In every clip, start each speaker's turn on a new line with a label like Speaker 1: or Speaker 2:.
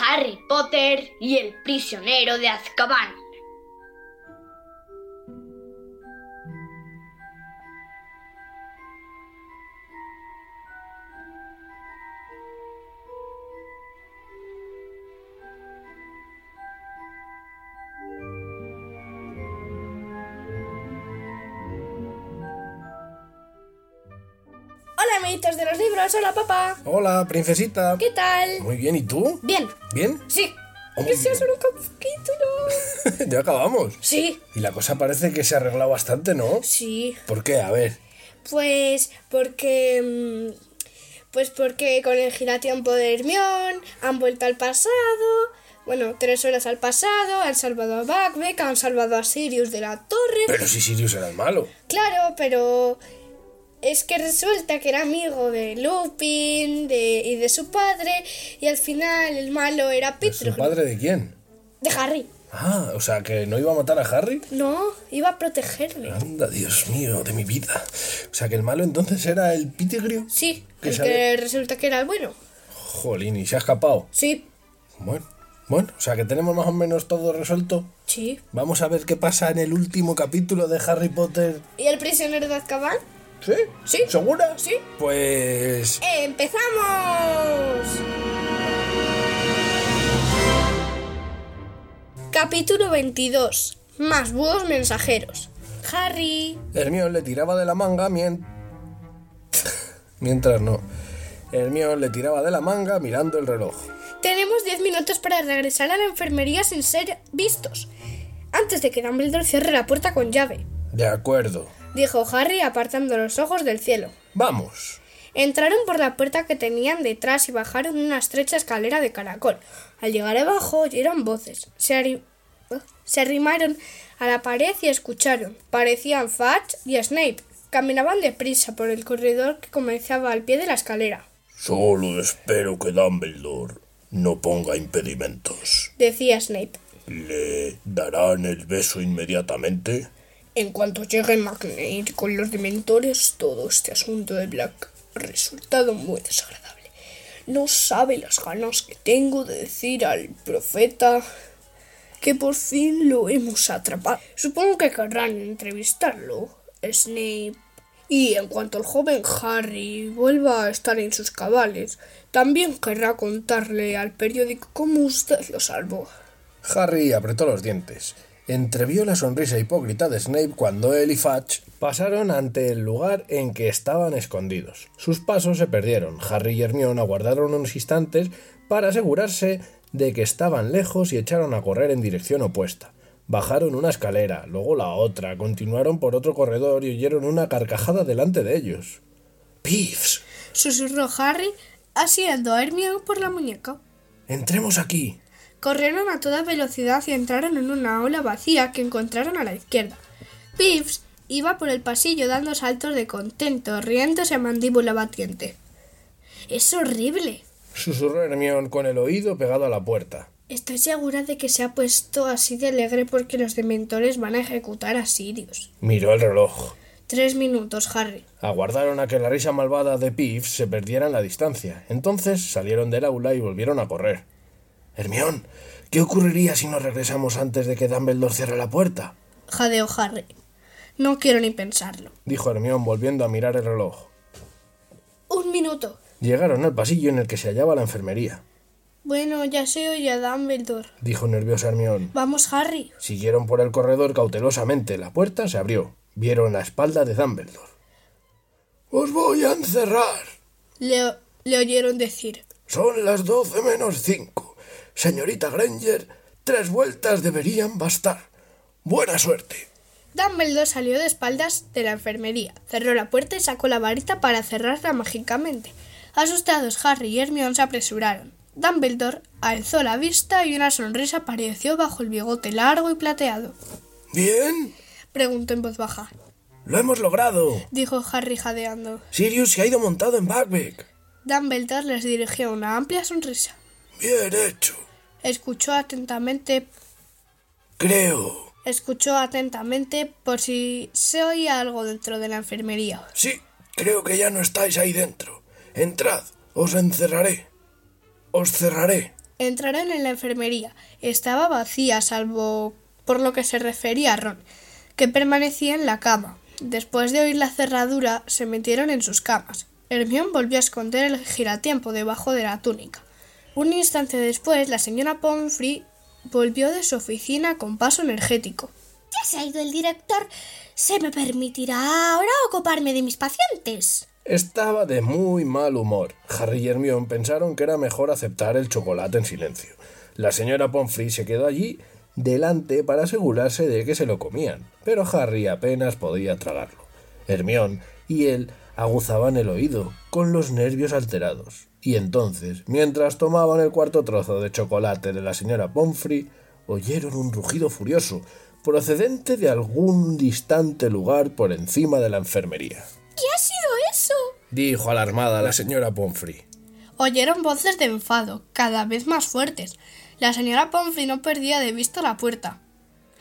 Speaker 1: Harry Potter y el prisionero de Azkaban.
Speaker 2: Hola, amiguitos de los libros. Hola, papá.
Speaker 3: Hola, princesita.
Speaker 2: ¿Qué tal?
Speaker 3: Muy bien, ¿y tú?
Speaker 2: Bien.
Speaker 3: ¿Bien?
Speaker 2: Sí.
Speaker 3: Muy
Speaker 2: Que sea
Speaker 3: bien.
Speaker 2: solo un capítulo.
Speaker 3: ya acabamos.
Speaker 2: Sí.
Speaker 3: Y la cosa parece que se ha arreglado bastante, ¿no?
Speaker 2: Sí.
Speaker 3: ¿Por qué? A ver.
Speaker 2: Pues porque... mm, Pues porque con el giratiempo de Hermión han vuelto al pasado. Bueno, tres horas al pasado. Han salvado a Buckbeak, han salvado a Sirius de la torre.
Speaker 3: Pero si Sirius era el malo.
Speaker 2: Claro, pero es que resulta que era amigo de Lupin de, y de su padre y al final el malo era
Speaker 3: ¿Su
Speaker 2: Petro
Speaker 3: padre de quién?
Speaker 2: de Harry.
Speaker 3: Ah, o sea, que no iba a matar a Harry.
Speaker 2: No, iba a protegerle.
Speaker 3: Anda, Dios mío, de mi vida. O sea, que el malo entonces era el pitigrio.
Speaker 2: Sí,
Speaker 3: ¿Qué
Speaker 2: el
Speaker 3: sabe?
Speaker 2: que resulta que era el bueno.
Speaker 3: Jolín, y se ha escapado.
Speaker 2: Sí,
Speaker 3: Bueno, bueno, o sea, que tenemos más o menos todo resuelto.
Speaker 2: sí.
Speaker 3: Vamos a ver qué pasa en el último capítulo de Harry Potter.
Speaker 2: ¿Y el prisionero de Azkaban?
Speaker 3: ¿Sí?
Speaker 2: Sí.
Speaker 3: ¿Segura?
Speaker 2: Sí.
Speaker 3: Pues...
Speaker 2: ¡Empezamos! Capítulo 22. Más búhos mensajeros. Harry.
Speaker 3: Hermión le tiraba de la manga mien- mientras no. Hermión le tiraba de la manga mirando el reloj.
Speaker 2: Tenemos 10 minutos para regresar a la enfermería sin ser vistos, antes de que Dumbledore cierre la puerta con llave,
Speaker 3: De acuerdo.
Speaker 2: dijo Harry apartando los ojos del cielo.
Speaker 3: Vamos.
Speaker 2: Entraron por la puerta que tenían detrás y bajaron una estrecha escalera de caracol. Al llegar abajo oyeron voces. Se, arri- oh, se arrimaron a la pared y escucharon. Parecían Fudge y Snape. Caminaban deprisa por el corredor que comenzaba al pie de la escalera.
Speaker 3: Solo espero que Dumbledore no ponga impedimentos.
Speaker 2: Decía Snape.
Speaker 3: ¿Le darán el beso inmediatamente?
Speaker 2: En cuanto llegue McNair con los dementores, todo este asunto de Black ha resultado muy desagradable. No sabe las ganas que tengo de decir al profeta que por fin lo hemos atrapado. Supongo que querrán entrevistarlo, Snape. Y en cuanto el joven Harry vuelva a estar en sus cabales, también querrá contarle al periódico cómo usted lo salvó.
Speaker 3: Harry apretó los dientes. Entrevió la sonrisa hipócrita de Snape cuando él y Fudge pasaron ante el lugar en que estaban escondidos. Sus pasos se perdieron. Harry y Hermione aguardaron unos instantes para asegurarse de que estaban lejos y echaron a correr en dirección opuesta. Bajaron una escalera, luego la otra, continuaron por otro corredor y oyeron una carcajada delante de ellos. ¡Piffs!
Speaker 2: susurró Harry, asiendo a Hermione por la muñeca.
Speaker 3: ¡Entremos aquí!
Speaker 2: Corrieron a toda velocidad y entraron en una ola vacía que encontraron a la izquierda. Pips iba por el pasillo dando saltos de contento, riéndose a mandíbula batiente. Es horrible.
Speaker 3: Susurró Hermione con el oído pegado a la puerta.
Speaker 2: Estoy segura de que se ha puesto así de alegre porque los dementores van a ejecutar a Sirius.
Speaker 3: Miró el reloj.
Speaker 2: Tres minutos, Harry.
Speaker 3: Aguardaron a que la risa malvada de Piff se perdiera en la distancia. Entonces salieron del aula y volvieron a correr. Hermión, ¿qué ocurriría si nos regresamos antes de que Dumbledore cierre la puerta?
Speaker 2: Jadeó Harry. No quiero ni pensarlo.
Speaker 3: dijo Hermión volviendo a mirar el reloj.
Speaker 2: Un minuto.
Speaker 3: Llegaron al pasillo en el que se hallaba la enfermería,
Speaker 2: Bueno, ya se oye a Dumbledore.
Speaker 3: dijo nerviosa Hermión.
Speaker 2: Vamos, Harry.
Speaker 3: Siguieron por el corredor cautelosamente. La puerta se abrió. Vieron la espalda de Dumbledore. Os voy a encerrar,
Speaker 2: Le, le oyeron decir.
Speaker 3: Son las doce menos cinco. Señorita Granger, tres vueltas deberían bastar. Buena suerte.
Speaker 2: Dumbledore salió de espaldas de la enfermería, cerró la puerta y sacó la varita para cerrarla mágicamente. Asustados, Harry y Hermione se apresuraron. Dumbledore alzó la vista y una sonrisa apareció bajo el bigote largo y plateado.
Speaker 3: Bien,
Speaker 2: Preguntó en voz baja.
Speaker 3: lo hemos logrado.
Speaker 2: Dijo Harry jadeando.
Speaker 3: Sirius se ha ido montado en Buckbeak.
Speaker 2: Dumbledore les dirigió una amplia sonrisa.
Speaker 3: Bien hecho.
Speaker 2: Escuchó atentamente,
Speaker 3: Creo.
Speaker 2: escuchó atentamente por si se oía algo dentro de la enfermería.
Speaker 3: Sí, creo que ya no estáis ahí dentro. Entrad, os encerraré. Os cerraré.
Speaker 2: Entraron en la enfermería. Estaba vacía, salvo por lo que se refería a Ron, que permanecía en la cama. Después de oír la cerradura, se metieron en sus camas. Hermión volvió a esconder el giratiempo debajo de la túnica. Un instante después, la señora Pomfrey volvió de su oficina con paso energético.
Speaker 4: Ya se ha ido el director. Se me permitirá ahora ocuparme de mis pacientes.
Speaker 3: Estaba de muy mal humor. Harry y Hermione pensaron que era mejor aceptar el chocolate en silencio. La señora Pomfrey se quedó allí delante para asegurarse de que se lo comían, pero Harry apenas podía tragarlo. Hermión y él aguzaban el oído, con los nervios alterados. Y entonces, mientras tomaban el cuarto trozo de chocolate de la señora Pomfrey, oyeron un rugido furioso, procedente de algún distante lugar por encima de la enfermería.
Speaker 4: ¿Qué ha sido eso?
Speaker 3: Dijo alarmada la señora Pomfrey.
Speaker 2: Oyeron voces de enfado, cada vez más fuertes. La señora Pomfrey no perdía de vista la puerta.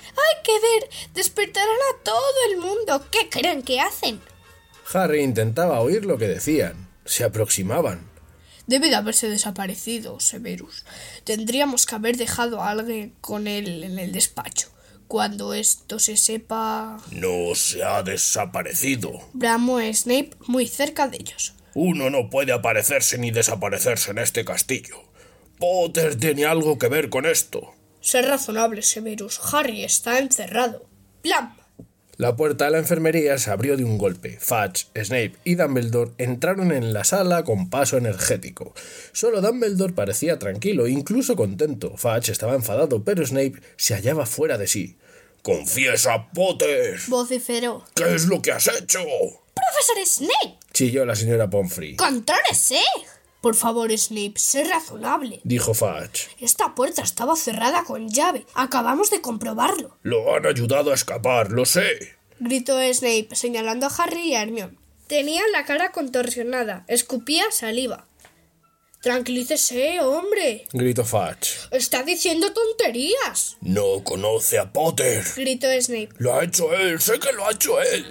Speaker 4: Hay que ver. Despertarán a todo el mundo. ¿Qué creen que hacen?
Speaker 3: Harry intentaba oír lo que decían. Se aproximaban.
Speaker 2: Debe de haberse desaparecido, Severus. Tendríamos que haber dejado a alguien con él en el despacho. Cuando esto se sepa.
Speaker 5: No se ha desaparecido.
Speaker 2: Bramó Snape muy cerca de ellos.
Speaker 5: Uno no puede aparecerse ni desaparecerse en este castillo. Potter tiene algo que ver con esto.
Speaker 2: Ser razonable, Severus. Harry está encerrado. ¡Plam!
Speaker 3: La puerta de la enfermería se abrió de un golpe. Fudge, Snape y Dumbledore entraron en la sala con paso energético. Solo Dumbledore parecía tranquilo, incluso contento. Fudge estaba enfadado, pero Snape se hallaba fuera de sí.
Speaker 5: ¡Confiesa, Potter!
Speaker 2: Vociferó.
Speaker 5: ¿Qué es lo que has hecho?
Speaker 4: Profesor Snape,
Speaker 3: Chilló la señora Pomfrey.
Speaker 4: contrólese.
Speaker 2: Por favor, Snape, sé razonable.
Speaker 3: Dijo Fudge.
Speaker 2: Esta puerta estaba cerrada con llave. Acabamos de comprobarlo.
Speaker 5: Lo han ayudado a escapar, lo sé.
Speaker 2: Gritó Snape, señalando a Harry y a Hermione. Tenía la cara contorsionada, escupía saliva. Tranquilícese, hombre.
Speaker 3: Gritó Fudge.
Speaker 2: Está diciendo tonterías.
Speaker 5: No conoce a Potter.
Speaker 2: Gritó Snape.
Speaker 5: Lo ha hecho él, sé que lo ha hecho él.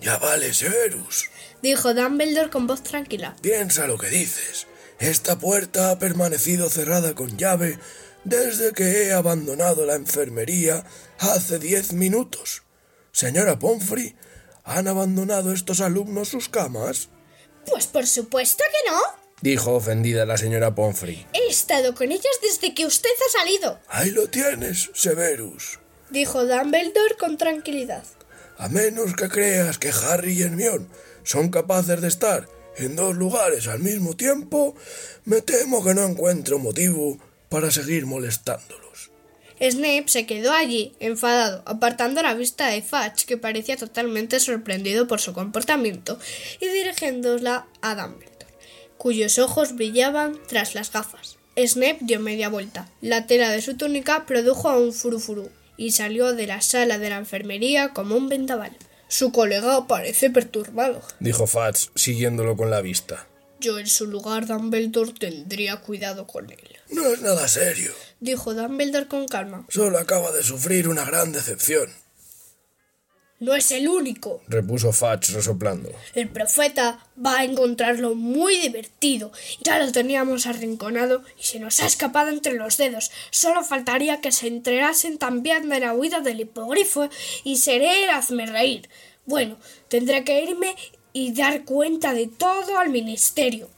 Speaker 5: Ya vale, Severus.
Speaker 2: Dijo Dumbledore con voz tranquila.
Speaker 5: Piensa lo que dices. Esta puerta ha permanecido cerrada con llave desde que he abandonado la enfermería hace diez minutos. Señora Pomfrey, ¿han abandonado estos alumnos sus camas?
Speaker 4: Pues por supuesto que no.
Speaker 3: Dijo ofendida la señora Pomfrey.
Speaker 4: He estado con ellas desde que usted ha salido.
Speaker 5: Ahí lo tienes, Severus.
Speaker 2: Dijo Dumbledore con tranquilidad.
Speaker 5: A menos que creas que Harry y Hermione son capaces de estar en dos lugares al mismo tiempo, me temo que no encuentro motivo para seguir molestándolos.
Speaker 2: Snape se quedó allí, enfadado, apartando la vista de Fudge, que parecía totalmente sorprendido por su comportamiento, y dirigiéndola a Dumbledore, cuyos ojos brillaban tras las gafas. Snape dio media vuelta. La tela de su túnica produjo a un furufuru y salió de la sala de la enfermería como un vendaval. Su colega parece perturbado.
Speaker 3: Dijo Fudge, siguiéndolo con la vista.
Speaker 2: Yo en su lugar, Dumbledore, tendría cuidado con él.
Speaker 5: No es nada serio.
Speaker 2: Dijo Dumbledore con calma.
Speaker 5: Solo acaba de sufrir una gran decepción.
Speaker 2: No es el único.
Speaker 3: Repuso Fudge resoplando.
Speaker 2: El profeta va a encontrarlo muy divertido. Ya lo teníamos arrinconado y se nos ha escapado entre los dedos. Solo faltaría que se enterasen también de la huida del hipogrifo y seré el hazme reír. Bueno, tendré que irme y dar cuenta de todo al ministerio.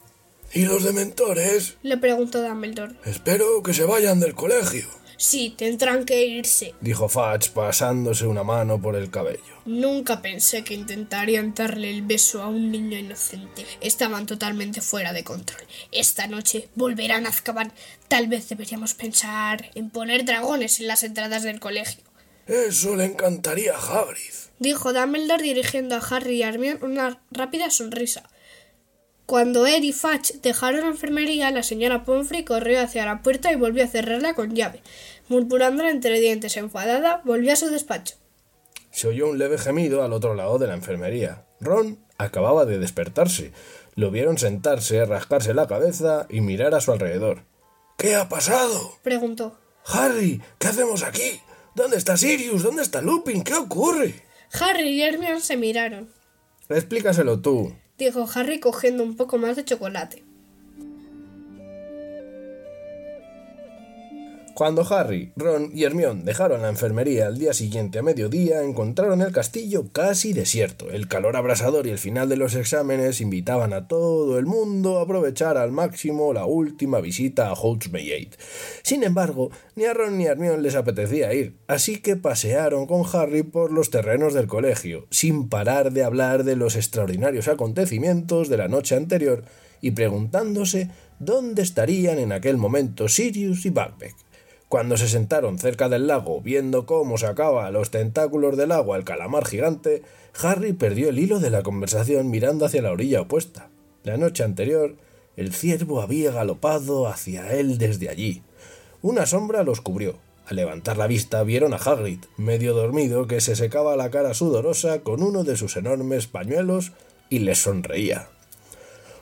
Speaker 5: ¿Y los dementores?
Speaker 2: Le preguntó Dumbledore.
Speaker 5: Espero que se vayan del colegio.
Speaker 2: Sí, tendrán que irse.
Speaker 3: Dijo Fudge pasándose una mano por el cabello.
Speaker 2: Nunca pensé que intentarían darle el beso a un niño inocente. Estaban totalmente fuera de control. Esta noche volverán a Azkaban. Tal vez deberíamos pensar en poner dragones en las entradas del colegio.
Speaker 5: Eso le encantaría a Hagrid.
Speaker 2: Dijo Dumbledore dirigiendo a Harry y Hermione una rápida sonrisa. Cuando Ed y Fudge dejaron la enfermería, la señora Pomfrey corrió hacia la puerta y volvió a cerrarla con llave. Murmurándola entre dientes enfadada, volvió a su despacho.
Speaker 3: Se oyó un leve gemido al otro lado de la enfermería. Ron acababa de despertarse. Lo vieron sentarse, rascarse la cabeza y mirar a su alrededor.
Speaker 5: ¿Qué ha pasado?
Speaker 2: Preguntó.
Speaker 5: Harry, ¿qué hacemos aquí? ¿Dónde está Sirius? ¿Dónde está Lupin? ¿Qué ocurre?
Speaker 2: Harry y Hermione se miraron.
Speaker 3: Explícaselo tú.
Speaker 2: Dijo Harry cogiendo un poco más de chocolate.
Speaker 3: Cuando Harry, Ron y Hermión dejaron la enfermería al día siguiente a mediodía, encontraron el castillo casi desierto. El calor abrasador y el final de los exámenes invitaban a todo el mundo a aprovechar al máximo la última visita a House Eight. Sin embargo, ni a Ron ni a Hermión les apetecía ir, así que pasearon con Harry por los terrenos del colegio, sin parar de hablar de los extraordinarios acontecimientos de la noche anterior y preguntándose dónde estarían en aquel momento Sirius y Buckbeak. Cuando se sentaron cerca del lago, viendo cómo sacaba los tentáculos del agua el calamar gigante, Harry perdió el hilo de la conversación mirando hacia la orilla opuesta. La noche anterior, el ciervo había galopado hacia él desde allí. Una sombra los cubrió. Al levantar la vista vieron a Hagrid, medio dormido, que se secaba la cara sudorosa con uno de sus enormes pañuelos y les sonreía.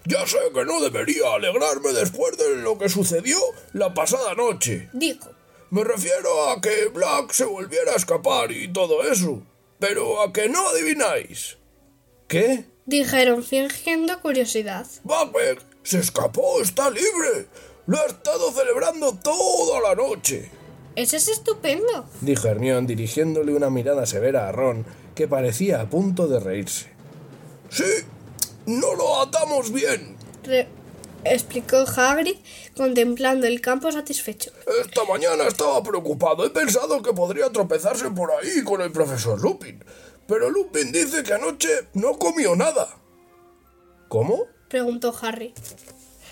Speaker 5: Ya sé que no debería alegrarme después de lo que sucedió la pasada noche.
Speaker 2: Dijo,
Speaker 5: Me refiero a que Black se volviera a escapar y todo eso. Pero a que no adivináis.
Speaker 3: ¿Qué?
Speaker 2: dijeron fingiendo curiosidad.
Speaker 5: Buckbeak se escapó, está libre. Lo ha estado celebrando toda la noche.
Speaker 2: Eso es estupendo.
Speaker 3: dijo Hermión dirigiéndole una mirada severa a Ron, que parecía a punto de reírse.
Speaker 5: Sí, no lo atamos bien.
Speaker 2: Re- explicó Hagrid contemplando el campo satisfecho.
Speaker 5: Esta mañana estaba preocupado. He pensado que podría tropezarse por ahí con el profesor Lupin. Pero Lupin dice que anoche no comió nada.
Speaker 3: ¿Cómo?
Speaker 2: Preguntó Harry.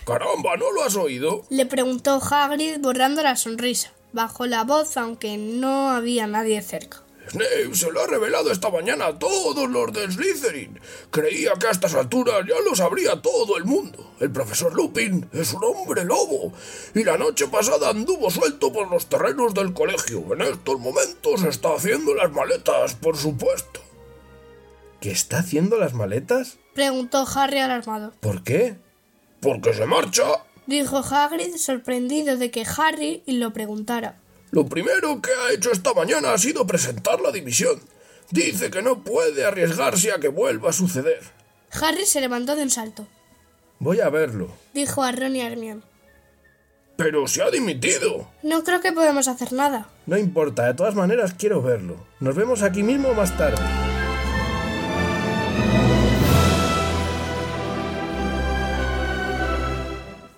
Speaker 5: Caramba, ¿no lo has oído?
Speaker 2: Le preguntó Hagrid borrando la sonrisa, bajo la voz aunque no había nadie cerca.
Speaker 5: Snape se lo ha revelado esta mañana a todos los de Slytherin. Creía que a estas alturas ya lo sabría todo el mundo. El profesor Lupin es un hombre lobo y la noche pasada anduvo suelto por los terrenos del colegio. En estos momentos está haciendo las maletas, por supuesto.
Speaker 3: ¿Que está haciendo las maletas?
Speaker 2: Preguntó Harry alarmado.
Speaker 3: ¿Por qué?
Speaker 5: Porque se marcha.
Speaker 2: Dijo Hagrid sorprendido de que Harry lo preguntara.
Speaker 5: Lo primero que ha hecho esta mañana ha sido presentar la dimisión. Dice que no puede arriesgarse a que vuelva a suceder.
Speaker 2: Harry se levantó de un salto.
Speaker 3: Voy a verlo.
Speaker 2: Dijo a Ron y a Hermione.
Speaker 5: Pero se ha dimitido.
Speaker 2: No creo que podemos hacer nada.
Speaker 3: No importa, de todas maneras quiero verlo. Nos vemos aquí mismo más tarde.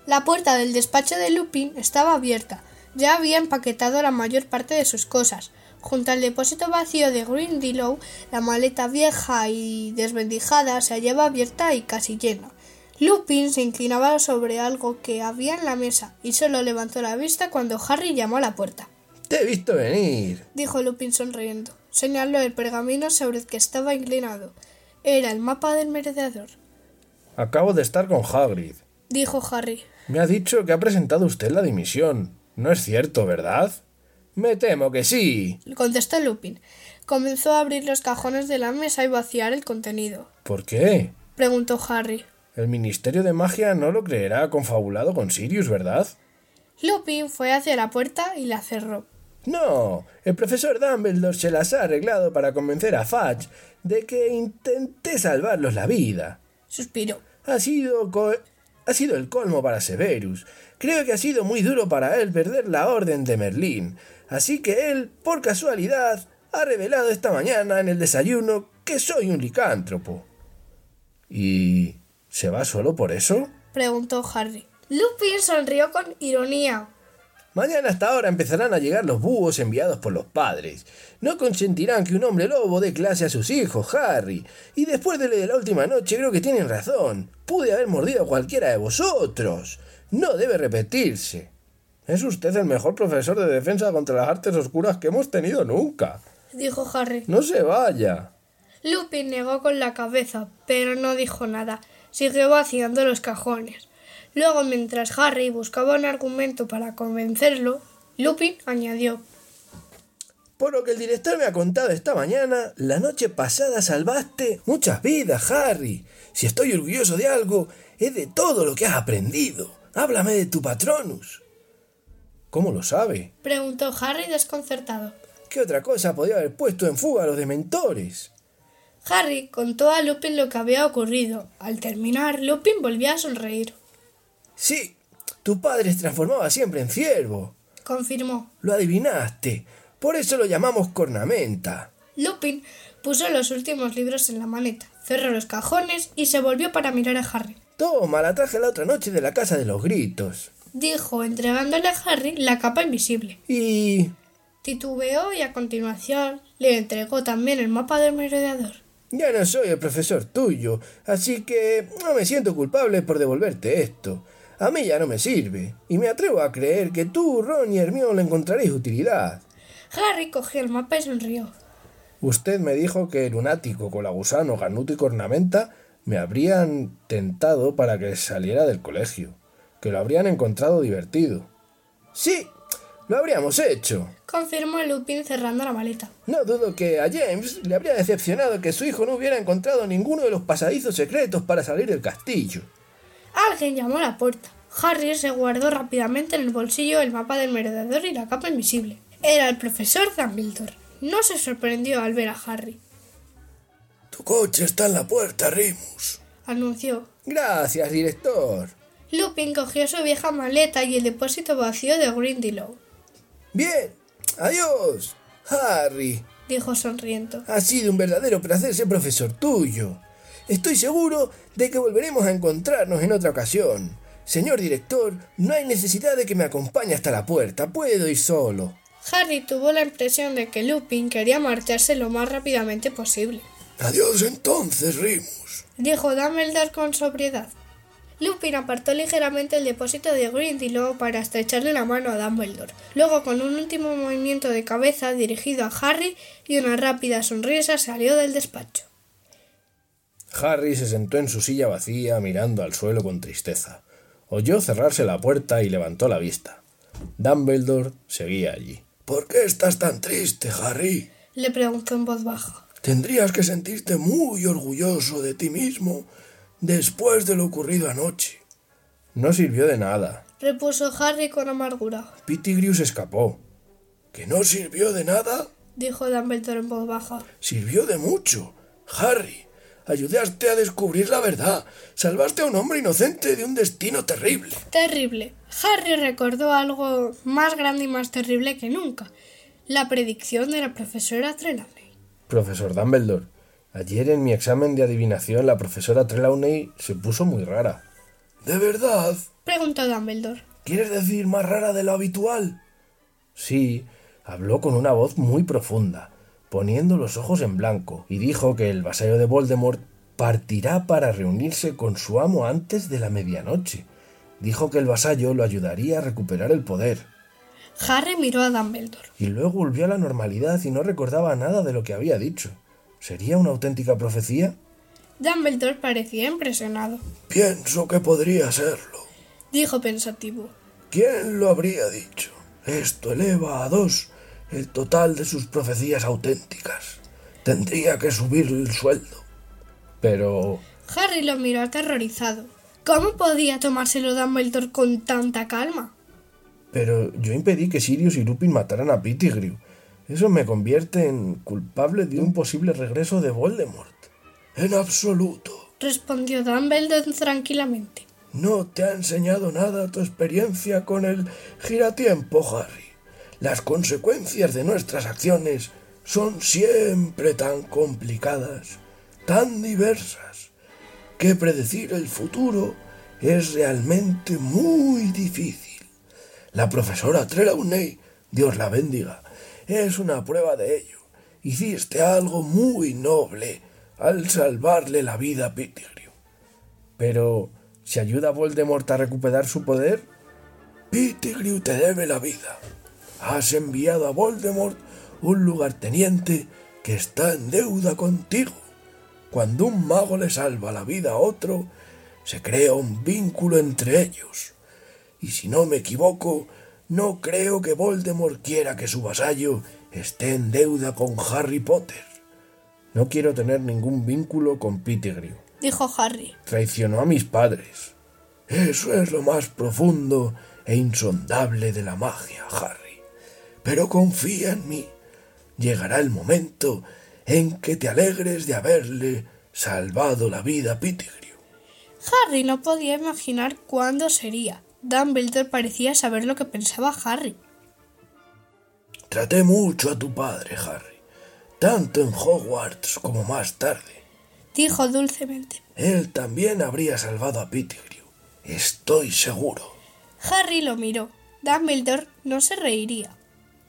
Speaker 2: La puerta del despacho de Lupin estaba abierta. Ya había empaquetado la mayor parte de sus cosas. Junto al depósito vacío de Grindelow, la maleta vieja y desvencijada se hallaba abierta y casi llena. Lupin se inclinaba sobre algo que había en la mesa y solo levantó la vista cuando Harry llamó a la puerta.
Speaker 3: Te he visto venir.
Speaker 2: Dijo Lupin sonriendo. Señaló el pergamino sobre el que estaba inclinado. Era el mapa del merodeador.
Speaker 3: Acabo de estar con Hagrid.
Speaker 2: Dijo Harry.
Speaker 3: Me ha dicho que ha presentado usted la dimisión. No es cierto, ¿verdad? Me temo que sí.
Speaker 2: contestó Lupin. Comenzó a abrir los cajones de la mesa y vaciar el contenido.
Speaker 3: ¿Por qué?
Speaker 2: Preguntó Harry.
Speaker 3: El Ministerio de Magia no lo creerá confabulado con Sirius, ¿verdad?
Speaker 2: Lupin fue hacia la puerta y la cerró.
Speaker 3: No, el profesor Dumbledore se las ha arreglado para convencer a Fudge de que intente salvarlos la vida.
Speaker 2: Suspiró.
Speaker 3: Ha sido co- ha sido el colmo para Severus. Creo que ha sido muy duro para él perder la orden de Merlín. Así que él, por casualidad, ha revelado esta mañana en el desayuno que soy un licántropo. ¿Y se va solo por eso?
Speaker 2: Preguntó Harry. Lupin sonrió con ironía.
Speaker 3: Mañana hasta ahora empezarán a llegar los búhos enviados por los padres. No consentirán que un hombre lobo dé clase a sus hijos, Harry. Y después de lo de la última noche creo que tienen razón. Pude haber mordido a cualquiera de vosotros. No debe repetirse. Es usted el mejor profesor de defensa contra las artes oscuras que hemos tenido nunca.
Speaker 2: Dijo Harry.
Speaker 3: No se vaya.
Speaker 2: Lupin negó con la cabeza, pero no dijo nada. Siguió vaciando los cajones. Luego, mientras Harry buscaba un argumento para convencerlo, Lupin añadió.
Speaker 3: Por lo que el director me ha contado esta mañana, la noche pasada salvaste muchas vidas, Harry. Si estoy orgulloso de algo, es de todo lo que has aprendido. Háblame de tu patronus. ¿Cómo lo sabe?
Speaker 2: Preguntó Harry desconcertado.
Speaker 3: ¿Qué otra cosa podía haber puesto en fuga a los dementores?
Speaker 2: Harry contó a Lupin lo que había ocurrido. Al terminar, Lupin volvió a sonreír.
Speaker 3: Sí, tu padre se transformaba siempre en ciervo.
Speaker 2: confirmó.
Speaker 3: Lo adivinaste. Por eso lo llamamos cornamenta.
Speaker 2: Lupin puso los últimos libros en la maleta, cerró los cajones y se volvió para mirar a Harry.
Speaker 3: Toma, la traje la otra noche de la casa de los gritos.
Speaker 2: Dijo, entregándole a Harry la capa invisible.
Speaker 3: Y...
Speaker 2: Titubeó y a continuación le entregó también el mapa del merodeador.
Speaker 3: Ya no soy el profesor tuyo, así que no me siento culpable por devolverte esto. A mí ya no me sirve, y me atrevo a creer que tú, Ron y Hermione le encontraréis utilidad.
Speaker 2: Harry cogió el mapa y sonrió.
Speaker 6: Usted me dijo que el lunático con la gusano, ganuto y cornamenta me habrían tentado para que saliera del colegio, que lo habrían encontrado divertido.
Speaker 3: Sí, lo habríamos hecho.
Speaker 2: Confirmó Lupin cerrando la maleta.
Speaker 3: No dudo que a James le habría decepcionado que su hijo no hubiera encontrado ninguno de los pasadizos secretos para salir del castillo.
Speaker 2: Alguien llamó a la puerta. Harry se guardó rápidamente en el bolsillo el mapa del merodeador y la capa invisible. Era el profesor Dumbledore. No se sorprendió al ver a Harry.
Speaker 3: Tu coche está en la puerta, Rimus.
Speaker 2: Anunció.
Speaker 3: Gracias, director.
Speaker 2: Lupin cogió su vieja maleta y el depósito vacío de Grindelow.
Speaker 3: Bien, adiós. Harry,
Speaker 2: Dijo sonriendo.
Speaker 3: ha sido un verdadero placer ser profesor tuyo. Estoy seguro de que volveremos a encontrarnos en otra ocasión. Señor director, no hay necesidad de que me acompañe hasta la puerta. Puedo ir solo.
Speaker 2: Harry tuvo la impresión de que Lupin quería marcharse lo más rápidamente posible.
Speaker 3: Adiós entonces, Rimus.
Speaker 2: Dijo Dumbledore con sobriedad. Lupin apartó ligeramente el depósito de Grindelow para estrecharle la mano a Dumbledore. Luego, con un último movimiento de cabeza dirigido a Harry y una rápida sonrisa, salió del despacho.
Speaker 6: Harry se sentó en su silla vacía mirando al suelo con tristeza. Oyó cerrarse la puerta y levantó la vista. Dumbledore seguía allí.
Speaker 3: ¿Por qué estás tan triste, Harry?
Speaker 2: Le preguntó en voz baja.
Speaker 3: Tendrías que sentirte muy orgulloso de ti mismo después de lo ocurrido anoche.
Speaker 6: No sirvió de nada.
Speaker 2: Repuso Harry con amargura.
Speaker 6: Pettigrew se escapó.
Speaker 3: ¿Que no sirvió de nada?
Speaker 2: Dijo Dumbledore en voz baja.
Speaker 3: Sirvió de mucho. Harry, ayudaste a descubrir la verdad. Salvaste a un hombre inocente de un destino terrible.
Speaker 2: Terrible. Harry recordó algo más grande y más terrible que nunca. La predicción de la profesora Trelawney.
Speaker 6: Profesor Dumbledore, ayer en mi examen de adivinación la profesora Trelawney se puso muy rara.
Speaker 3: ¿De verdad?
Speaker 2: Preguntó Dumbledore.
Speaker 3: ¿Quieres decir más rara de lo habitual?
Speaker 6: Sí, habló con una voz muy profunda, poniendo los ojos en blanco, y dijo que el vasallo de Voldemort partirá para reunirse con su amo antes de la medianoche. Dijo que el vasallo lo ayudaría a recuperar el poder,
Speaker 2: Harry miró a Dumbledore.
Speaker 6: y luego volvió a la normalidad y no recordaba nada de lo que había dicho. ¿Sería una auténtica profecía?
Speaker 2: Dumbledore parecía impresionado.
Speaker 3: Pienso que podría serlo.
Speaker 2: Dijo pensativo.
Speaker 3: ¿Quién lo habría dicho? Esto eleva a dos el total de sus profecías auténticas. Tendría que subir el sueldo.
Speaker 6: Pero...
Speaker 2: Harry lo miró aterrorizado. ¿Cómo podía tomárselo Dumbledore con tanta calma?
Speaker 6: Pero yo impedí que Sirius y Lupin mataran a Pettigrew. Eso me convierte en culpable de un posible regreso de Voldemort.
Speaker 3: En absoluto.
Speaker 2: Respondió Dumbledore tranquilamente.
Speaker 3: No te ha enseñado nada tu experiencia con el giratiempo, Harry. Las consecuencias de nuestras acciones son siempre tan complicadas, tan diversas, que predecir el futuro es realmente muy difícil. La profesora Trelawney, Dios la bendiga, es una prueba de ello. Hiciste algo muy noble al salvarle la vida a Pettigrew.
Speaker 6: Pero, ¿se ayuda a Voldemort a recuperar su poder?
Speaker 3: Pettigrew te debe la vida. Has enviado a Voldemort un lugarteniente que está en deuda contigo. Cuando un mago le salva la vida a otro, se crea un vínculo entre ellos. Y si no me equivoco, no creo que Voldemort quiera que su vasallo esté en deuda con Harry Potter.
Speaker 6: No quiero tener ningún vínculo con Pettigrew.
Speaker 2: Dijo Harry.
Speaker 6: Traicionó a mis padres.
Speaker 3: Eso es lo más profundo e insondable de la magia, Harry. Pero confía en mí. Llegará el momento en que te alegres de haberle salvado la vida a Pettigrew.
Speaker 2: Harry no podía imaginar cuándo sería. Dumbledore parecía saber lo que pensaba Harry.
Speaker 5: Traté mucho a tu padre, Harry, tanto en Hogwarts como más tarde.
Speaker 2: dijo dulcemente.
Speaker 5: Él también habría salvado a Pettigrew, estoy seguro.
Speaker 2: Harry lo miró. Dumbledore no se reiría.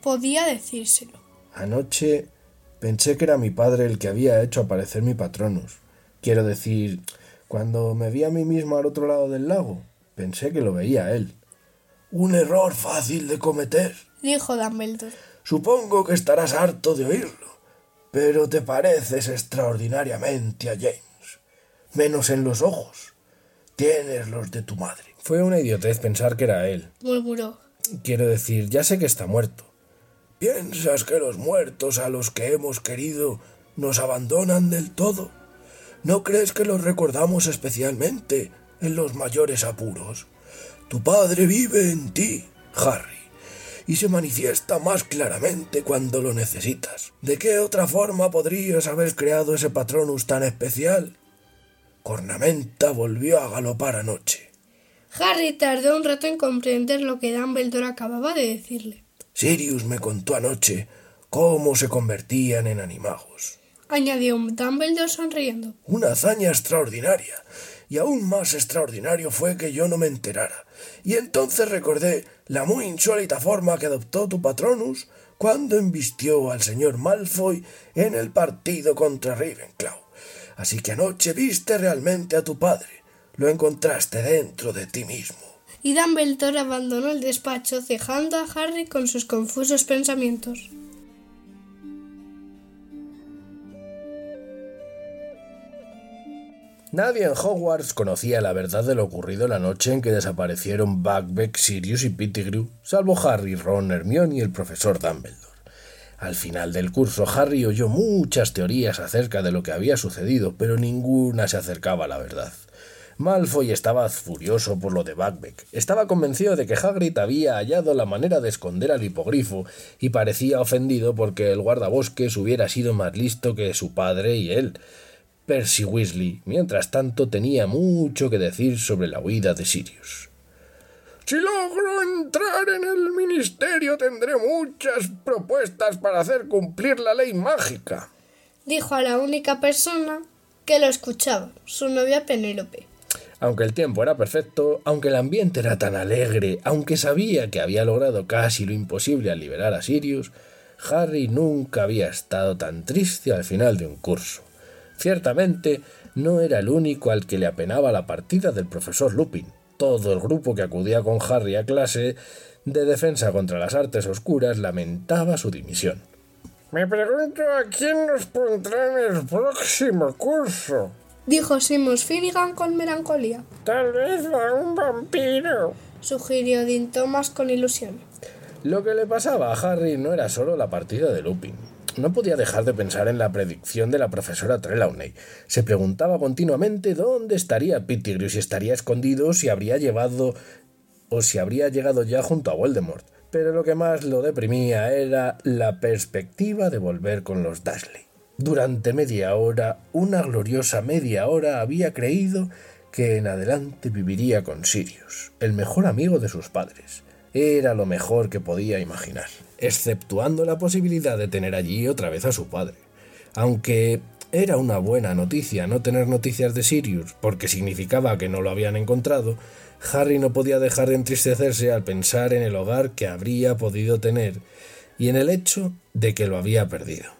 Speaker 2: Podía decírselo.
Speaker 3: Anoche pensé que era mi padre el que había hecho aparecer mi patronus. Quiero decir, cuando me vi a mí mismo al otro lado del lago, pensé que lo veía a él.
Speaker 5: Un error fácil de cometer.
Speaker 2: Dijo Dumbledore.
Speaker 5: Supongo que estarás harto de oírlo, pero te pareces extraordinariamente a James, menos en los ojos. Tienes los de tu madre.
Speaker 3: Fue una idiotez pensar que era él.
Speaker 2: Murmuró.
Speaker 3: Quiero decir, ya sé que está muerto.
Speaker 5: ¿Piensas que los muertos a los que hemos querido nos abandonan del todo? ¿No crees que los recordamos especialmente en los mayores apuros? Tu padre vive en ti, Harry, y se manifiesta más claramente cuando lo necesitas. ¿De qué otra forma podrías haber creado ese patronus tan especial? Cornamenta volvió a galopar anoche.
Speaker 2: Harry tardó un rato en comprender lo que Dumbledore acababa de decirle.
Speaker 5: Sirius me contó anoche cómo se convertían en animagos.
Speaker 2: Añadió Dumbledore sonriendo.
Speaker 5: Una hazaña extraordinaria. Y aún más extraordinario fue que yo no me enterara. Y entonces recordé la muy insólita forma que adoptó tu patronus cuando embistió al señor Malfoy en el partido contra Ravenclaw. Así que anoche viste realmente a tu padre. Lo encontraste dentro de ti mismo.
Speaker 2: Y Dumbledore abandonó el despacho, cejando a Harry con sus confusos pensamientos.
Speaker 3: Nadie en Hogwarts conocía la verdad de lo ocurrido la noche en que desaparecieron Buckbeak, Sirius y Pettigrew, salvo Harry, Ron, Hermione y el profesor Dumbledore. Al final del curso, Harry oyó muchas teorías acerca de lo que había sucedido, pero ninguna se acercaba a la verdad. Malfoy estaba furioso por lo de Buckbeak. Estaba convencido de que Hagrid había hallado la manera de esconder al hipogrifo y parecía ofendido porque el guardabosques hubiera sido más listo que su padre y él. Percy Weasley, mientras tanto, tenía mucho que decir sobre la huida de Sirius.
Speaker 5: Si logro entrar en el ministerio tendré muchas propuestas para hacer cumplir la ley mágica.
Speaker 2: Dijo a la única persona que lo escuchaba, su novia Penélope.
Speaker 3: Aunque el tiempo era perfecto, aunque el ambiente era tan alegre, aunque sabía que había logrado casi lo imposible al liberar a Sirius, Harry nunca había estado tan triste al final de un curso. Ciertamente, no era el único al que le apenaba la partida del profesor Lupin. Todo el grupo que acudía con Harry a clase de defensa contra las artes oscuras lamentaba su dimisión.
Speaker 7: Me pregunto a quién nos pondrán el próximo curso.
Speaker 2: Dijo Seamus Finnegan con melancolía.
Speaker 7: Tal vez a un vampiro.
Speaker 2: Sugirió Dean Thomas con ilusión.
Speaker 3: Lo que le pasaba a Harry no era solo la partida de Lupin. No podía dejar de pensar en la predicción de la profesora Trelawney. Se preguntaba continuamente dónde estaría Pettigrew, si estaría escondido, si habría llevado o si habría llegado ya junto a Voldemort. Pero lo que más lo deprimía era la perspectiva de volver con los Dashley. Durante media hora, una gloriosa media hora, había creído que en adelante viviría con Sirius, el mejor amigo de sus padres era lo mejor que podía imaginar, exceptuando la posibilidad de tener allí otra vez a su padre. Aunque era una buena noticia no tener noticias de Sirius, porque significaba que no lo habían encontrado, Harry no podía dejar de entristecerse al pensar en el hogar que habría podido tener y en el hecho de que lo había perdido.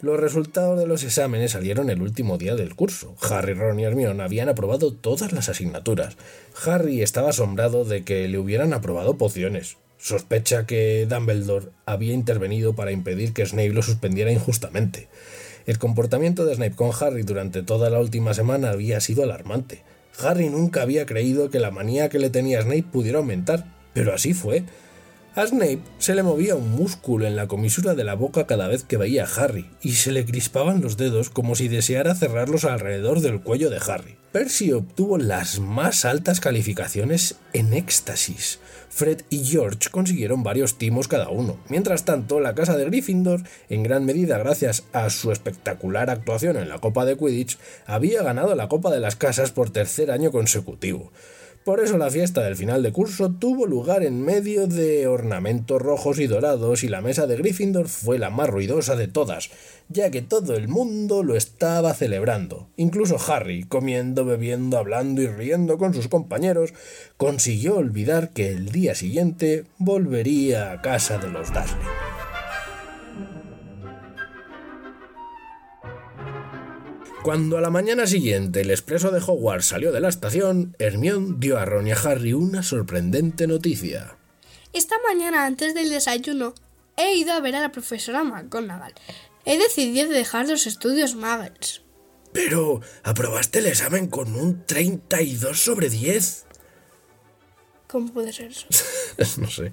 Speaker 3: Los resultados de los exámenes salieron el último día del curso. Harry, Ron y Hermione habían aprobado todas las asignaturas. Harry estaba asombrado de que le hubieran aprobado pociones. Sospecha que Dumbledore había intervenido para impedir que Snape lo suspendiera injustamente. El comportamiento de Snape con Harry durante toda la última semana había sido alarmante. Harry nunca había creído que la manía que le tenía Snape pudiera aumentar, pero así fue. A Snape se le movía un músculo en la comisura de la boca cada vez que veía a Harry, y se le crispaban los dedos como si deseara cerrarlos alrededor del cuello de Harry. Percy obtuvo las más altas calificaciones en éxtasis. Fred y George consiguieron varios timos cada uno. Mientras tanto, la casa de Gryffindor, en gran medida gracias a su espectacular actuación en la Copa de Quidditch, había ganado la Copa de las Casas por tercer año consecutivo. Por eso la fiesta del final de curso tuvo lugar en medio de ornamentos rojos y dorados y la mesa de Gryffindor fue la más ruidosa de todas, ya que todo el mundo lo estaba celebrando. Incluso Harry, comiendo, bebiendo, hablando y riendo con sus compañeros, consiguió olvidar que el día siguiente volvería a casa de los Dursley. Cuando a la mañana siguiente el expreso de Hogwarts salió de la estación, Hermione dio a Ron y a Harry una sorprendente noticia.
Speaker 2: Esta mañana antes del desayuno he ido a ver a la profesora McGonagall. He decidido dejar los estudios Muggles.
Speaker 5: Pero, ¿aprobaste el examen con un 32 sobre 10?
Speaker 2: ¿Cómo puede ser eso?
Speaker 3: no sé.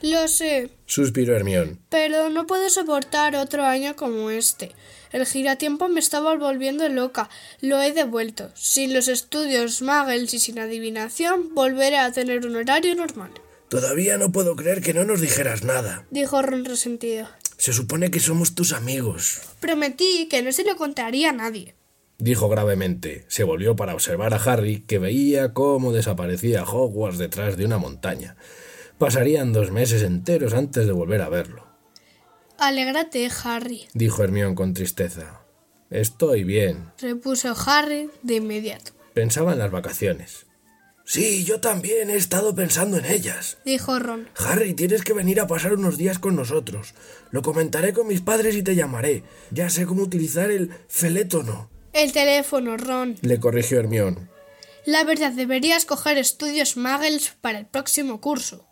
Speaker 2: Lo sé,
Speaker 3: Suspiró Hermión.
Speaker 2: pero no puedo soportar otro año como este. El giratiempo me estaba volviendo loca. Lo he devuelto. Sin los estudios Muggles y sin adivinación, volveré a tener un horario normal.
Speaker 5: Todavía no puedo creer que no nos dijeras nada.
Speaker 2: Dijo Ron resentido.
Speaker 5: Se supone que somos tus amigos.
Speaker 2: Prometí que no se lo contaría a nadie.
Speaker 3: Dijo gravemente. Se volvió para observar a Harry, que veía cómo desaparecía Hogwarts detrás de una montaña. Pasarían dos meses enteros antes de volver a verlo.
Speaker 2: Alégrate, Harry,
Speaker 3: Dijo Hermión con tristeza. Estoy bien.
Speaker 2: repuso Harry de inmediato.
Speaker 3: Pensaba en las vacaciones.
Speaker 5: Sí, yo también he estado pensando en ellas.
Speaker 2: Dijo Ron.
Speaker 5: Harry, tienes que venir a pasar unos días con nosotros. Lo comentaré con mis padres y te llamaré. Ya sé cómo utilizar el felétono.
Speaker 2: El teléfono, Ron.
Speaker 3: Le corrigió Hermión.
Speaker 2: La verdad, deberías coger estudios Muggles para el próximo curso.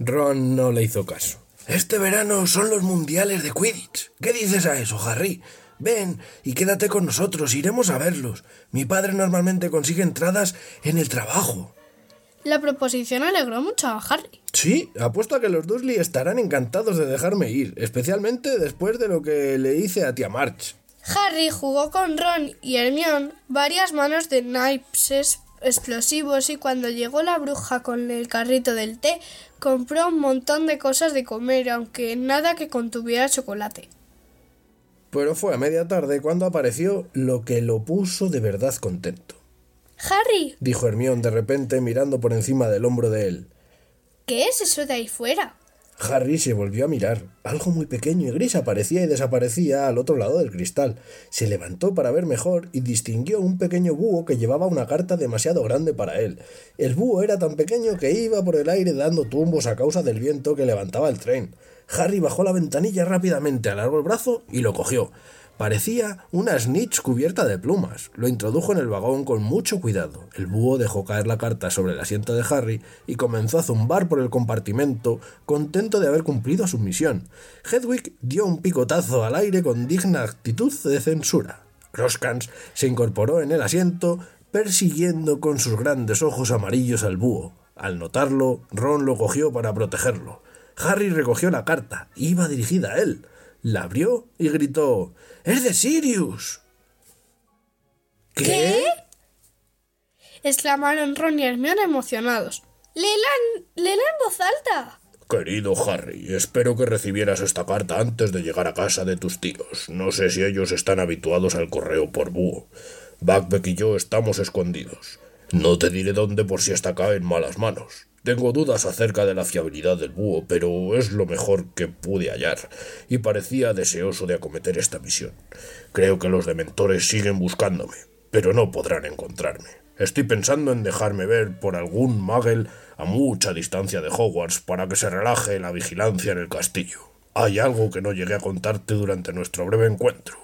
Speaker 3: Ron no le hizo caso.
Speaker 5: Este verano son los mundiales de Quidditch. ¿Qué dices a eso, Harry? Ven y quédate con nosotros, iremos a verlos. Mi padre normalmente consigue entradas en el trabajo.
Speaker 2: La proposición alegró mucho a Harry.
Speaker 3: Sí, apuesto a que los Dursley estarán encantados de dejarme ir, especialmente después de lo que le hice a tía March.
Speaker 2: Harry jugó con Ron y Hermione varias manos de naipes explosivos y cuando llegó la bruja con el carrito del té, compró un montón de cosas de comer, aunque nada que contuviera chocolate.
Speaker 3: Pero fue a media tarde cuando apareció lo que lo puso de verdad contento.
Speaker 2: Harry,
Speaker 3: Dijo Hermión de repente mirando por encima del hombro de él.
Speaker 2: ¿qué es eso de ahí fuera?
Speaker 3: Harry se volvió a mirar. Algo muy pequeño y gris aparecía y desaparecía al otro lado del cristal. Se levantó para ver mejor y distinguió un pequeño búho que llevaba una carta demasiado grande para él. El búho era tan pequeño que iba por el aire dando tumbos a causa del viento que levantaba el tren. Harry bajó la ventanilla rápidamente, alargó el brazo y lo cogió. Parecía una snitch cubierta de plumas. Lo introdujo en el vagón con mucho cuidado. El búho dejó caer la carta sobre el asiento de Harry y comenzó a zumbar por el compartimento, contento de haber cumplido su misión. Hedwig dio un picotazo al aire con digna actitud de censura. Roscans se incorporó en el asiento, persiguiendo con sus grandes ojos amarillos al búho. Al notarlo, Ron lo cogió para protegerlo. Harry recogió la carta. Iba dirigida a él. La abrió y gritó ¡Es de Sirius! ¿Qué?
Speaker 2: exclamaron Ron y Hermione emocionados. ¡Léela, en- léela en voz alta!
Speaker 3: Querido Harry, espero que recibieras esta carta antes de llegar a casa de tus tíos. No sé si ellos están habituados al correo por búho. Backbeck y yo estamos escondidos. No te diré dónde por si esta cae en malas manos. Tengo dudas acerca de la fiabilidad del búho, pero es lo mejor que pude hallar, y parecía deseoso de acometer esta misión. Creo que los dementores siguen buscándome, pero no podrán encontrarme. Estoy pensando en dejarme ver por algún Magel a mucha distancia de Hogwarts para que se relaje la vigilancia en el castillo. Hay algo que no llegué a contarte durante nuestro breve encuentro.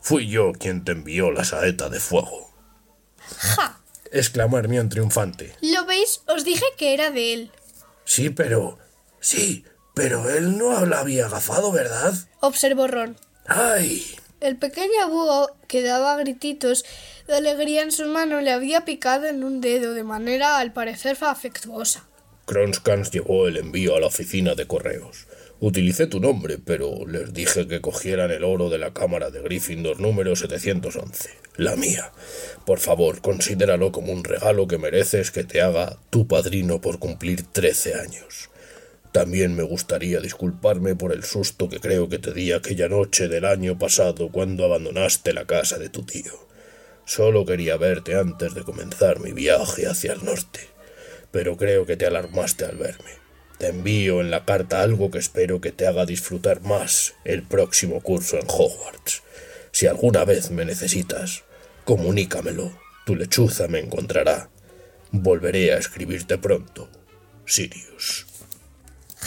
Speaker 3: Fui yo quien te envió la saeta de fuego.
Speaker 2: ¡Ja!
Speaker 3: exclamó Hermión triunfante.
Speaker 2: ¿Lo veis? Os dije que era de él.
Speaker 5: Sí, pero... Sí, pero él no la había agafado, ¿verdad?
Speaker 2: Observó Ron.
Speaker 5: ¡Ay!
Speaker 2: El pequeño búho, que daba grititos de alegría en su mano, le había picado en un dedo de manera, al parecer, afectuosa.
Speaker 3: Cronskans llevó el envío a la oficina de correos. Utilicé tu nombre, pero les dije que cogieran el oro de la cámara de Gryffindor número 711, la mía. Por favor, considéralo como un regalo que mereces que te haga tu padrino por cumplir 13 años. También me gustaría disculparme por el susto que creo que te di aquella noche del año pasado cuando abandonaste la casa de tu tío.
Speaker 5: Solo quería verte antes de comenzar mi viaje hacia el norte, pero creo que te alarmaste al verme. Te envío en la carta algo que espero que te haga disfrutar más el próximo curso en Hogwarts. Si alguna vez me necesitas, comunícamelo. Tu lechuza me encontrará. Volveré a escribirte pronto. Sirius.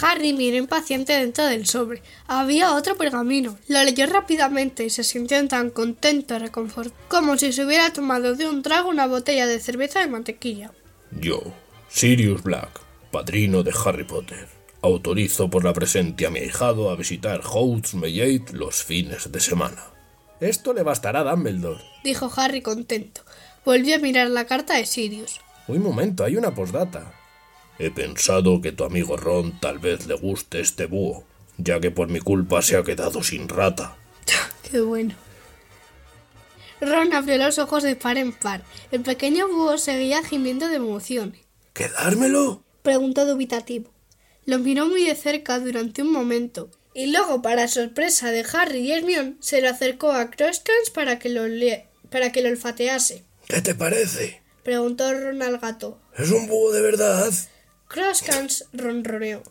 Speaker 2: Harry miró impaciente dentro del sobre. Había otro pergamino. Lo leyó rápidamente y se sintió tan contento y reconfortado como si se hubiera tomado de un trago una botella de cerveza de mantequilla.
Speaker 5: Yo, Sirius Black, padrino de Harry Potter, autorizo por la presente a mi ahijado a visitar House Gate los fines de semana.
Speaker 3: Esto le bastará a Dumbledore.
Speaker 2: Dijo Harry contento. Volvió a mirar la carta de Sirius.
Speaker 3: Un momento, hay una postdata.
Speaker 5: He pensado que tu amigo Ron tal vez le guste este búho, ya que por mi culpa se ha quedado sin rata.
Speaker 2: Qué bueno. Ron abrió los ojos de par en par. El pequeño búho seguía gimiendo de emoción.
Speaker 5: ¿Quedármelo?
Speaker 2: Preguntó dubitativo. Lo miró muy de cerca durante un momento. Y luego, para sorpresa de Harry y Hermione, se lo acercó a Crosstrans para que lo lie- para que lo olfatease.
Speaker 5: ¿Qué te parece?
Speaker 2: Preguntó Ron al gato.
Speaker 5: ¿Es un búho de verdad?
Speaker 2: Crosstrans ronroneó.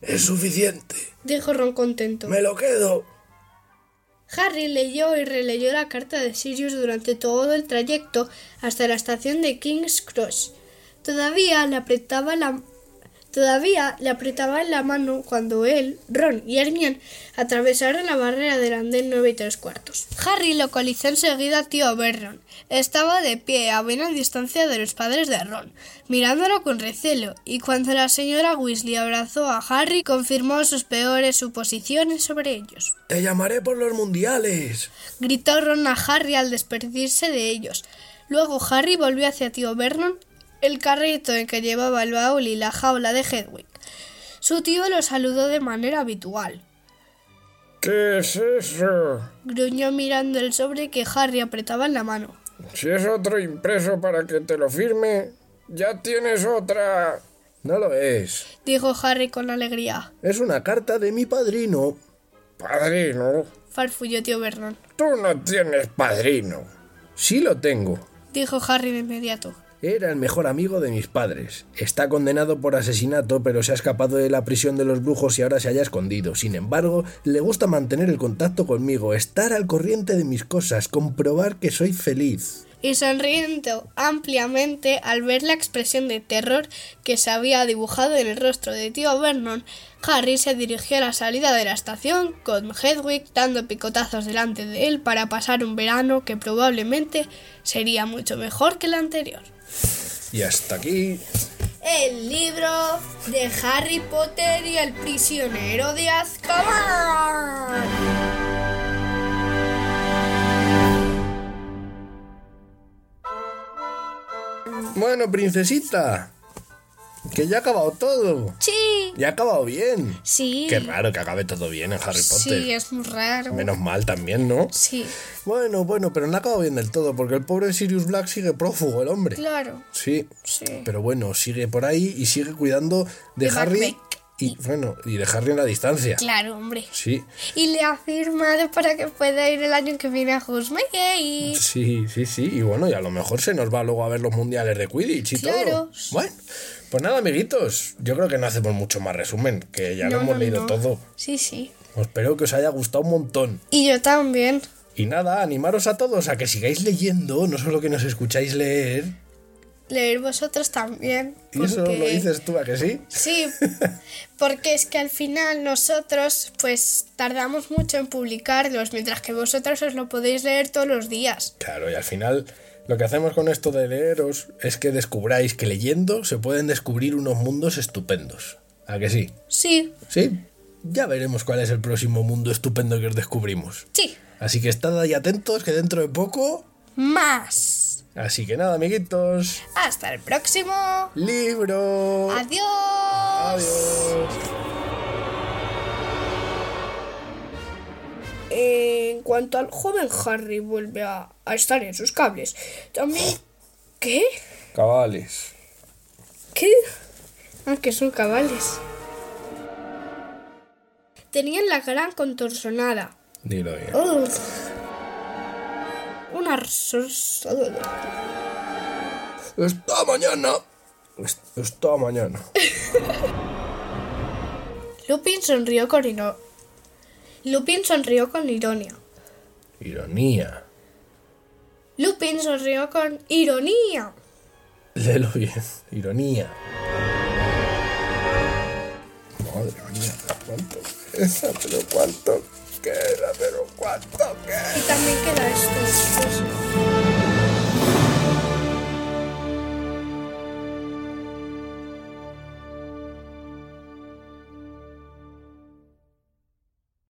Speaker 5: Es suficiente.
Speaker 2: Dijo Ron contento.
Speaker 5: Me lo quedo.
Speaker 2: Harry leyó y releyó la carta de Sirius durante todo el trayecto hasta la estación de King's Cross. Todavía le apretaba la todavía le apretaba la mano cuando él, Ron y Hermione atravesaron la barrera del andén nueve y tres cuartos. Harry localizó enseguida a tío Vernon. Estaba de pie a buena distancia de los padres de Ron, mirándolo con recelo, y cuando la señora Weasley abrazó a Harry confirmó sus peores suposiciones sobre ellos
Speaker 5: Te llamaré por los mundiales.
Speaker 2: gritó Ron a Harry al despedirse de ellos. Luego Harry volvió hacia tío Vernon, el carrito en que llevaba el baúl y la jaula de Hedwig. Su tío lo saludó de manera habitual.
Speaker 7: ¿Qué es eso?
Speaker 2: Gruñó mirando el sobre que Harry apretaba en la mano.
Speaker 7: Si es otro impreso para que te lo firme, ya tienes otra.
Speaker 3: No lo es.
Speaker 2: Dijo Harry con alegría.
Speaker 3: Es una carta de mi padrino.
Speaker 7: Padrino.
Speaker 2: Farfulló tío Vernon.
Speaker 7: Tú no tienes padrino.
Speaker 3: Sí lo tengo.
Speaker 2: Dijo Harry de inmediato.
Speaker 3: Era el mejor amigo de mis padres. Está condenado por asesinato, pero se ha escapado de la prisión de los brujos y ahora se halla escondido. Sin embargo, le gusta mantener el contacto conmigo, estar al corriente de mis cosas, comprobar que soy feliz.
Speaker 2: Y sonriendo ampliamente al ver la expresión de terror que se había dibujado en el rostro de tío Vernon, Harry se dirigió a la salida de la estación con Hedwig dando picotazos delante de él para pasar un verano que probablemente sería mucho mejor que el anterior.
Speaker 3: Y hasta aquí.
Speaker 2: El libro de Harry Potter y el prisionero de Azkaban.
Speaker 3: Bueno, princesita. Que ya ha acabado todo.
Speaker 4: Sí.
Speaker 3: Ya ha acabado bien.
Speaker 4: Sí.
Speaker 3: Qué raro que acabe todo bien en Harry Potter.
Speaker 2: Sí, eh. es muy raro.
Speaker 3: Menos mal también, ¿no?
Speaker 2: Sí,
Speaker 3: Bueno, bueno, pero no ha acabado bien del todo, porque el pobre Sirius Black sigue prófugo, el hombre.
Speaker 2: claro.
Speaker 3: Sí.
Speaker 2: Sí.
Speaker 3: Pero bueno, sigue por ahí y sigue cuidando de,
Speaker 2: De
Speaker 3: Harry.
Speaker 2: Macbeth.
Speaker 3: Y bueno, y de Harry en la distancia.
Speaker 2: Claro, hombre.
Speaker 3: Sí,
Speaker 2: Y le ha firmado para que pueda ir el año que viene a Hogsmeade.
Speaker 3: sí, sí, sí. Y bueno, y a lo mejor se nos va luego a ver los mundiales de Quidditch y todo.
Speaker 2: Claro.
Speaker 3: Bueno, pues nada, amiguitos. Yo creo que no hacemos mucho más resumen, que ya lo hemos leído todo.
Speaker 2: Sí, sí.
Speaker 3: Espero que os haya gustado un montón.
Speaker 2: Y yo también.
Speaker 3: Y nada, animaros a todos a que sigáis leyendo, no solo que nos escucháis leer.
Speaker 2: Leer vosotros también.
Speaker 3: Y eso
Speaker 2: porque-
Speaker 3: lo dices tú, ¿a que sí?
Speaker 2: Sí, porque es que al final nosotros pues tardamos mucho en publicarlos, mientras que vosotros os lo podéis leer todos los días.
Speaker 3: Claro, y al final lo que hacemos con esto de leeros es que descubráis que leyendo se pueden descubrir unos mundos estupendos. ¿A que sí?
Speaker 2: Sí,
Speaker 3: ¿Sí? Ya veremos cuál es el próximo mundo estupendo que os descubrimos.
Speaker 2: sí.
Speaker 3: Así que estad ahí atentos que dentro de poco...
Speaker 2: Más.
Speaker 3: Así que nada, amiguitos.
Speaker 2: Hasta el próximo.
Speaker 3: Libro.
Speaker 2: Adiós.
Speaker 3: Adiós.
Speaker 8: En cuanto al joven Harry vuelve a, a estar en sus cables, también... ¿Qué?
Speaker 3: Cabales.
Speaker 8: ¿Qué? Ah, que son cabales.
Speaker 2: Tenían la cara contorsionada,
Speaker 3: Dilo bien.
Speaker 8: Oh.
Speaker 2: un marsos.
Speaker 5: Esta mañana.
Speaker 3: Est- Esta mañana.
Speaker 2: Lupin sonrió con iro- Lupin sonrió con ironía.
Speaker 3: Ironía.
Speaker 2: Lupin sonrió con ironía.
Speaker 3: Léelo bien. Ironía.
Speaker 5: Madre mía, pero cuánto queda, pero cuánto queda, pero cuánto queda.
Speaker 2: Y también queda esto.